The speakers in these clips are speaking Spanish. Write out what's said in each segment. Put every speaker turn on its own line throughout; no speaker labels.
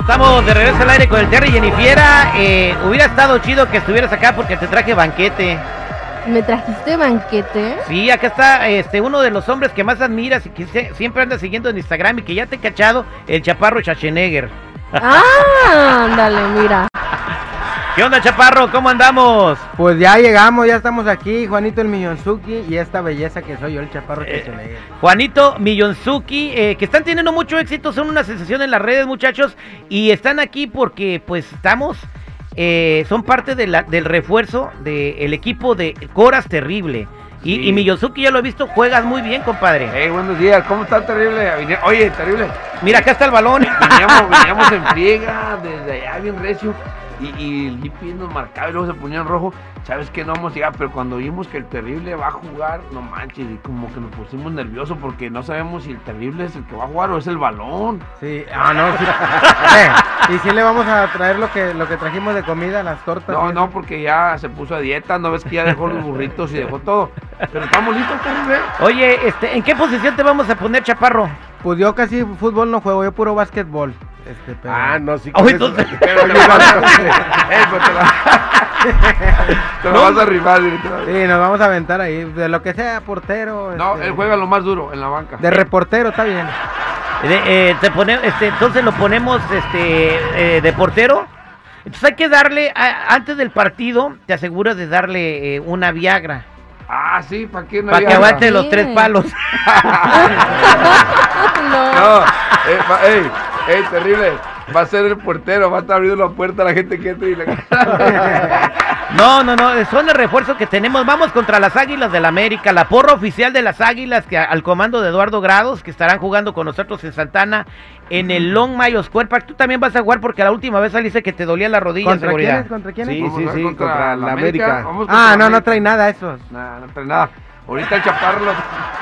Estamos de regreso al aire con el Terry Jennifiera. Eh, hubiera estado chido que estuvieras acá porque te traje banquete.
¿Me trajiste banquete?
Sí, acá está este uno de los hombres que más admiras y que se- siempre anda siguiendo en Instagram y que ya te he cachado, el chaparro Schwarzenegger.
Ah, ándale, mira.
¿Qué onda, chaparro? ¿Cómo andamos?
Pues ya llegamos, ya estamos aquí, Juanito el Millonzuki y esta belleza que soy yo, el chaparro
Eh.
Schwarzenegger.
Juanito Millonzuki, eh, que están teniendo mucho éxito, son una sensación en las redes, muchachos, y están aquí porque, pues, estamos, eh, son parte de la- del refuerzo del equipo de Coras Terrible. Y,
Sí.
y Millonzuki, ya lo he visto, juegas muy bien, compadre.
Hey, buenos días, ¿cómo está terrible? Vine- Oye, terrible,
Mira, acá está el balón.
veníamos, veníamos en friega desde allá bien recio y, y el Lipi nos marcaba y luego se ponía en rojo. Sabes que no vamos a llegar, pero cuando vimos que el terrible va a jugar, no manches, y como que nos pusimos nerviosos porque no sabemos si el terrible es el que va a jugar o es el balón.
Sí, ah, no, sí. Eh, y sí le vamos a traer lo que, lo que trajimos de comida, las tortas.
No,
¿sí?
no, porque ya se puso a dieta, no ves que ya dejó los burritos y dejó todo. Pero estamos listos, terrible.
Oye, este, ¿en qué posición te vamos a poner, chaparro?
Pues yo casi fútbol no juego, yo puro básquetbol. Este, pero...
Ah, no, sí.
Ah,
con
entonces-
eso- Pero yo-
Eh, pues te la, te la
No.
vas a rifar, director.
Sí, nos vamos a aventar ahí, de lo que sea, portero.
No,
este,
él juega lo más duro, en la banca.
De reportero, está bien.
De- eh, te pone- este, entonces lo ponemos este, eh, de portero. Entonces hay que darle, a- antes del partido, te aseguras de darle eh, una Viagra.
Ah, sí, ¿para qué no
Para que
había-
aguante los tres
Sí.
palos.
no.
No, eh, va- ey, ey, terrible. Va a ser el portero, va a estar abriendo la puerta a la gente que entra y la...
No, no, no, son el refuerzo que tenemos. Vamos contra las Águilas del América, la porra oficial de las Águilas que a- al comando de Eduardo Grados, que estarán jugando con nosotros en Santana en el Long Mayo Square Park. Tú también vas a jugar porque la última vez saliste que te dolía la rodilla,
¿Contra
seguridad.
quiénes? ¿Contra quiénes?
Sí, sí, sí, contra la América.
vamos contra
Ah, no,
la
no
América.
trae nada esos.
Nah, no trae nada. Ahorita el chaparro,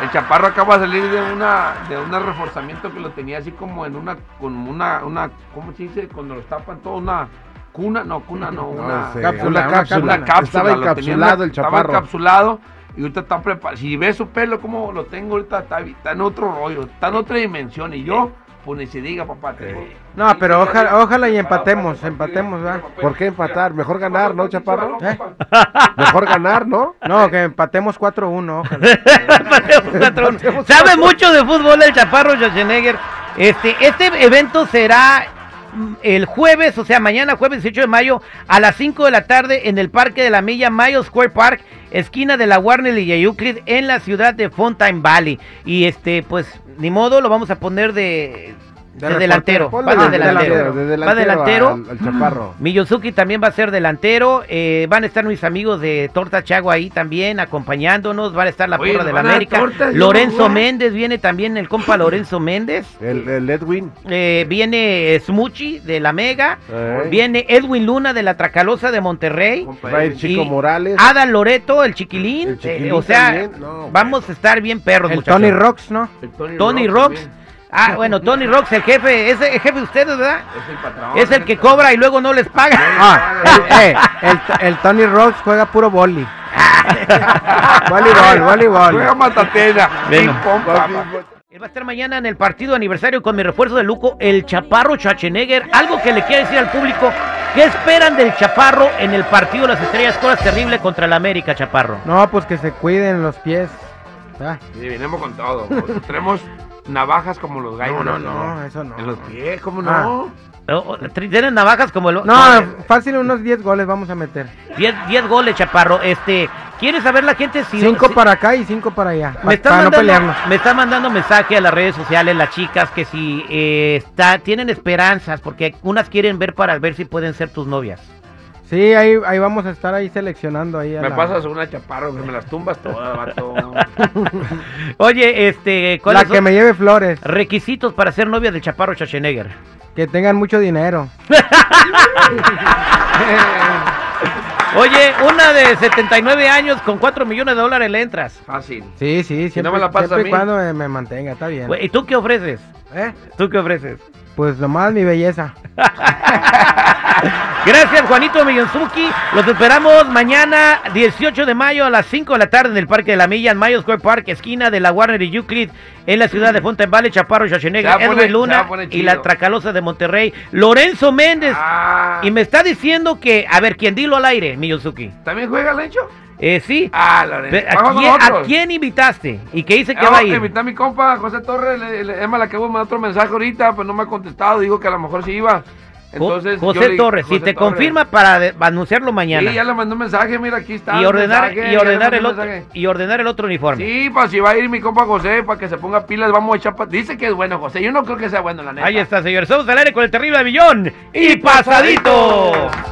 el chaparro acaba de salir de una de un reforzamiento que lo tenía así como en una con una una ¿cómo se dice? Cuando los tapan todo una cuna, no, cuna no,
No
una
sé,
cápsula,
una
una
cápsula.
cápsula, una cápsula,
Estaba
lo tenía
encapsulado
una-
el
Estaba
chaparro.
encapsulado y ahorita está preparado. Si ves su pelo como lo tengo ahorita está, está en otro rollo, está en otra dimensión y yo pues ni se diga, papá. tengo-
No, pero
tengo
ojalá-
ahí
ojalá y
preparado
empatemos,
para este el
empatemos,
partido.
¿verdad?
¿Por qué empatar? Mejor ganar, ¿no, chaparro?
¿Eh?
Mejor ganar, ¿no?
No, que empatemos 4-1, ojalá.
Mateo Patrón. Sabe mucho de fútbol el chaparro Schwarzenegger. Este, este evento será mm, el jueves, o sea, mañana jueves 18 de mayo a las 5 de la tarde en el Parque de la Milla, Mayo Square Park, esquina de la Warner y Euclid en la ciudad de Fountain Valley. Y este, pues, ni modo, lo vamos a poner de, de
reportero.
delantero.
Ponlo
Va de
de delantero,
delantero.
de delantero
Va delantero.
al- al chaparro.
Miyozuki también va a ser delantero. eh, van a estar mis amigos de Torta Chago ahí también acompañándonos. Van a estar la
Oye,
porra
¿nos
de la
van a dar
América.
tortas? Yo
Lorenzo
no voy.
Méndez viene también, el compa Lorenzo Méndez.
El, el Edwin.
Eh, viene Smuchi de la Mega.
eh,
Viene Edwin Luna de la Tracalosa de Monterrey.
Va a ir Chico
y
Morales.
Adam Loreto, el chiquilín.
El chiquilín
eh, o sea,
también, no,
vamos a estar bien perros,
El
muchachos.
Tony Rocks, ¿no?
El Tony,
Tony
Rock
Rocks.
también.
Ah, bueno, Tony Rocks, el jefe. Es el jefe de ustedes, ¿verdad?
Es el patrón.
Es el que cobra y luego no les paga.
Ah, el, eh, el, el Tony Rocks juega puro boli. voleibol,
Juega
voleibol.
matatena.
Ven.
Ping pong, papá.
Él va a estar mañana en el partido aniversario con mi refuerzo de Luco, el Chaparro Schwarzenegger. Algo que le quiere decir al público. ¿Qué esperan del Chaparro en el partido de las Estrellas Coras Terrible contra el América, Chaparro?
No, pues que se cuiden los pies. Ah,
Sí, venimos con todo. pues. Tenemos navajas como los gallos.
no,
eh.
no, eso no.
En los pies, ¿cómo no?
Ah.
O- o- Tienen navajas como el...
No, eh, fácil unos 10 goles vamos a meter.
10 10 goles, Chaparro. Este, ¿quiere saber la gente si...
5
si-
para acá y 5 para allá. pa-
Me está,
para no
mandando,
pelearnos.
me está mandando mensaje a las redes sociales las chicas que si eh, está, tienen esperanzas porque unas quieren ver para ver si pueden ser tus novias.
Sí, ahí, ahí vamos a estar ahí seleccionando. Ahí a
Me
la-
pasas una chaparro, me las tumbas todas, vato.
Oye, este,
La
¿cuáles
que
son
me lleve flores.
requisitos para ser novia del Chaparro Schwarzenegger?
Que tengan mucho dinero.
Oye, una de 79 años con 4 millones de dólares le entras.
Fácil.
Sí, sí, siempre,
no me la pasas
siempre
a mí.
y cuando me, me mantenga, está bien.
Güey, ¿Y tú qué ofreces?
¿Eh?
¿Tú qué ofreces?
Pues nomás mi belleza.
Gracias, Juanito Miyonzuki. Los esperamos mañana, 18 de mayo, a las 5 de la tarde, en el Parque de la Milla, en Mayo Square Park, esquina de la Warner y Euclid, en la ciudad de Fontainebleau, Chaparro, Schwarzenegger,
Mm. Se va
Edwin
a poner- se va
Luna
a poner
y la
chido.
Tracalosa de Monterrey, Lorenzo Méndez.
Ah,
Pues, Y me está diciendo que, a ver, ¿quién dilo al aire, Miyonzuki?
¿También juega Lencho?
Eh, sí.
Ah, Lorenzo.
Ve, ¿A,
Vamos
quién, a
nosotros.
quién invitaste? ¿Y qué dice que
Ah,
va a ir?
Invité a mi compa José Torres, le, le- Emma le acabo de mandar otro mensaje ahorita, pues no me ha contestado, digo que a lo mejor sí iba.
Jo-
Entonces, yo
José
le-
Torres, si
José
te
Torres.
confirma para de- anunciarlo mañana.
Sí, ya le mandó un mensaje, mira, aquí está.
y
el
ordenar
mensaje,
y
ya le
ordenar
mandé
el
un
otro
mensaje.
y ordenar el otro uniforme.
Sí, pues si va a ir mi compa José, para que se ponga pilas, vamos a echar pa- Dice que es bueno, José, yo no creo que sea bueno, la neta.
Ahí está, señor. Somos al aire con el terrible millón y pasadito.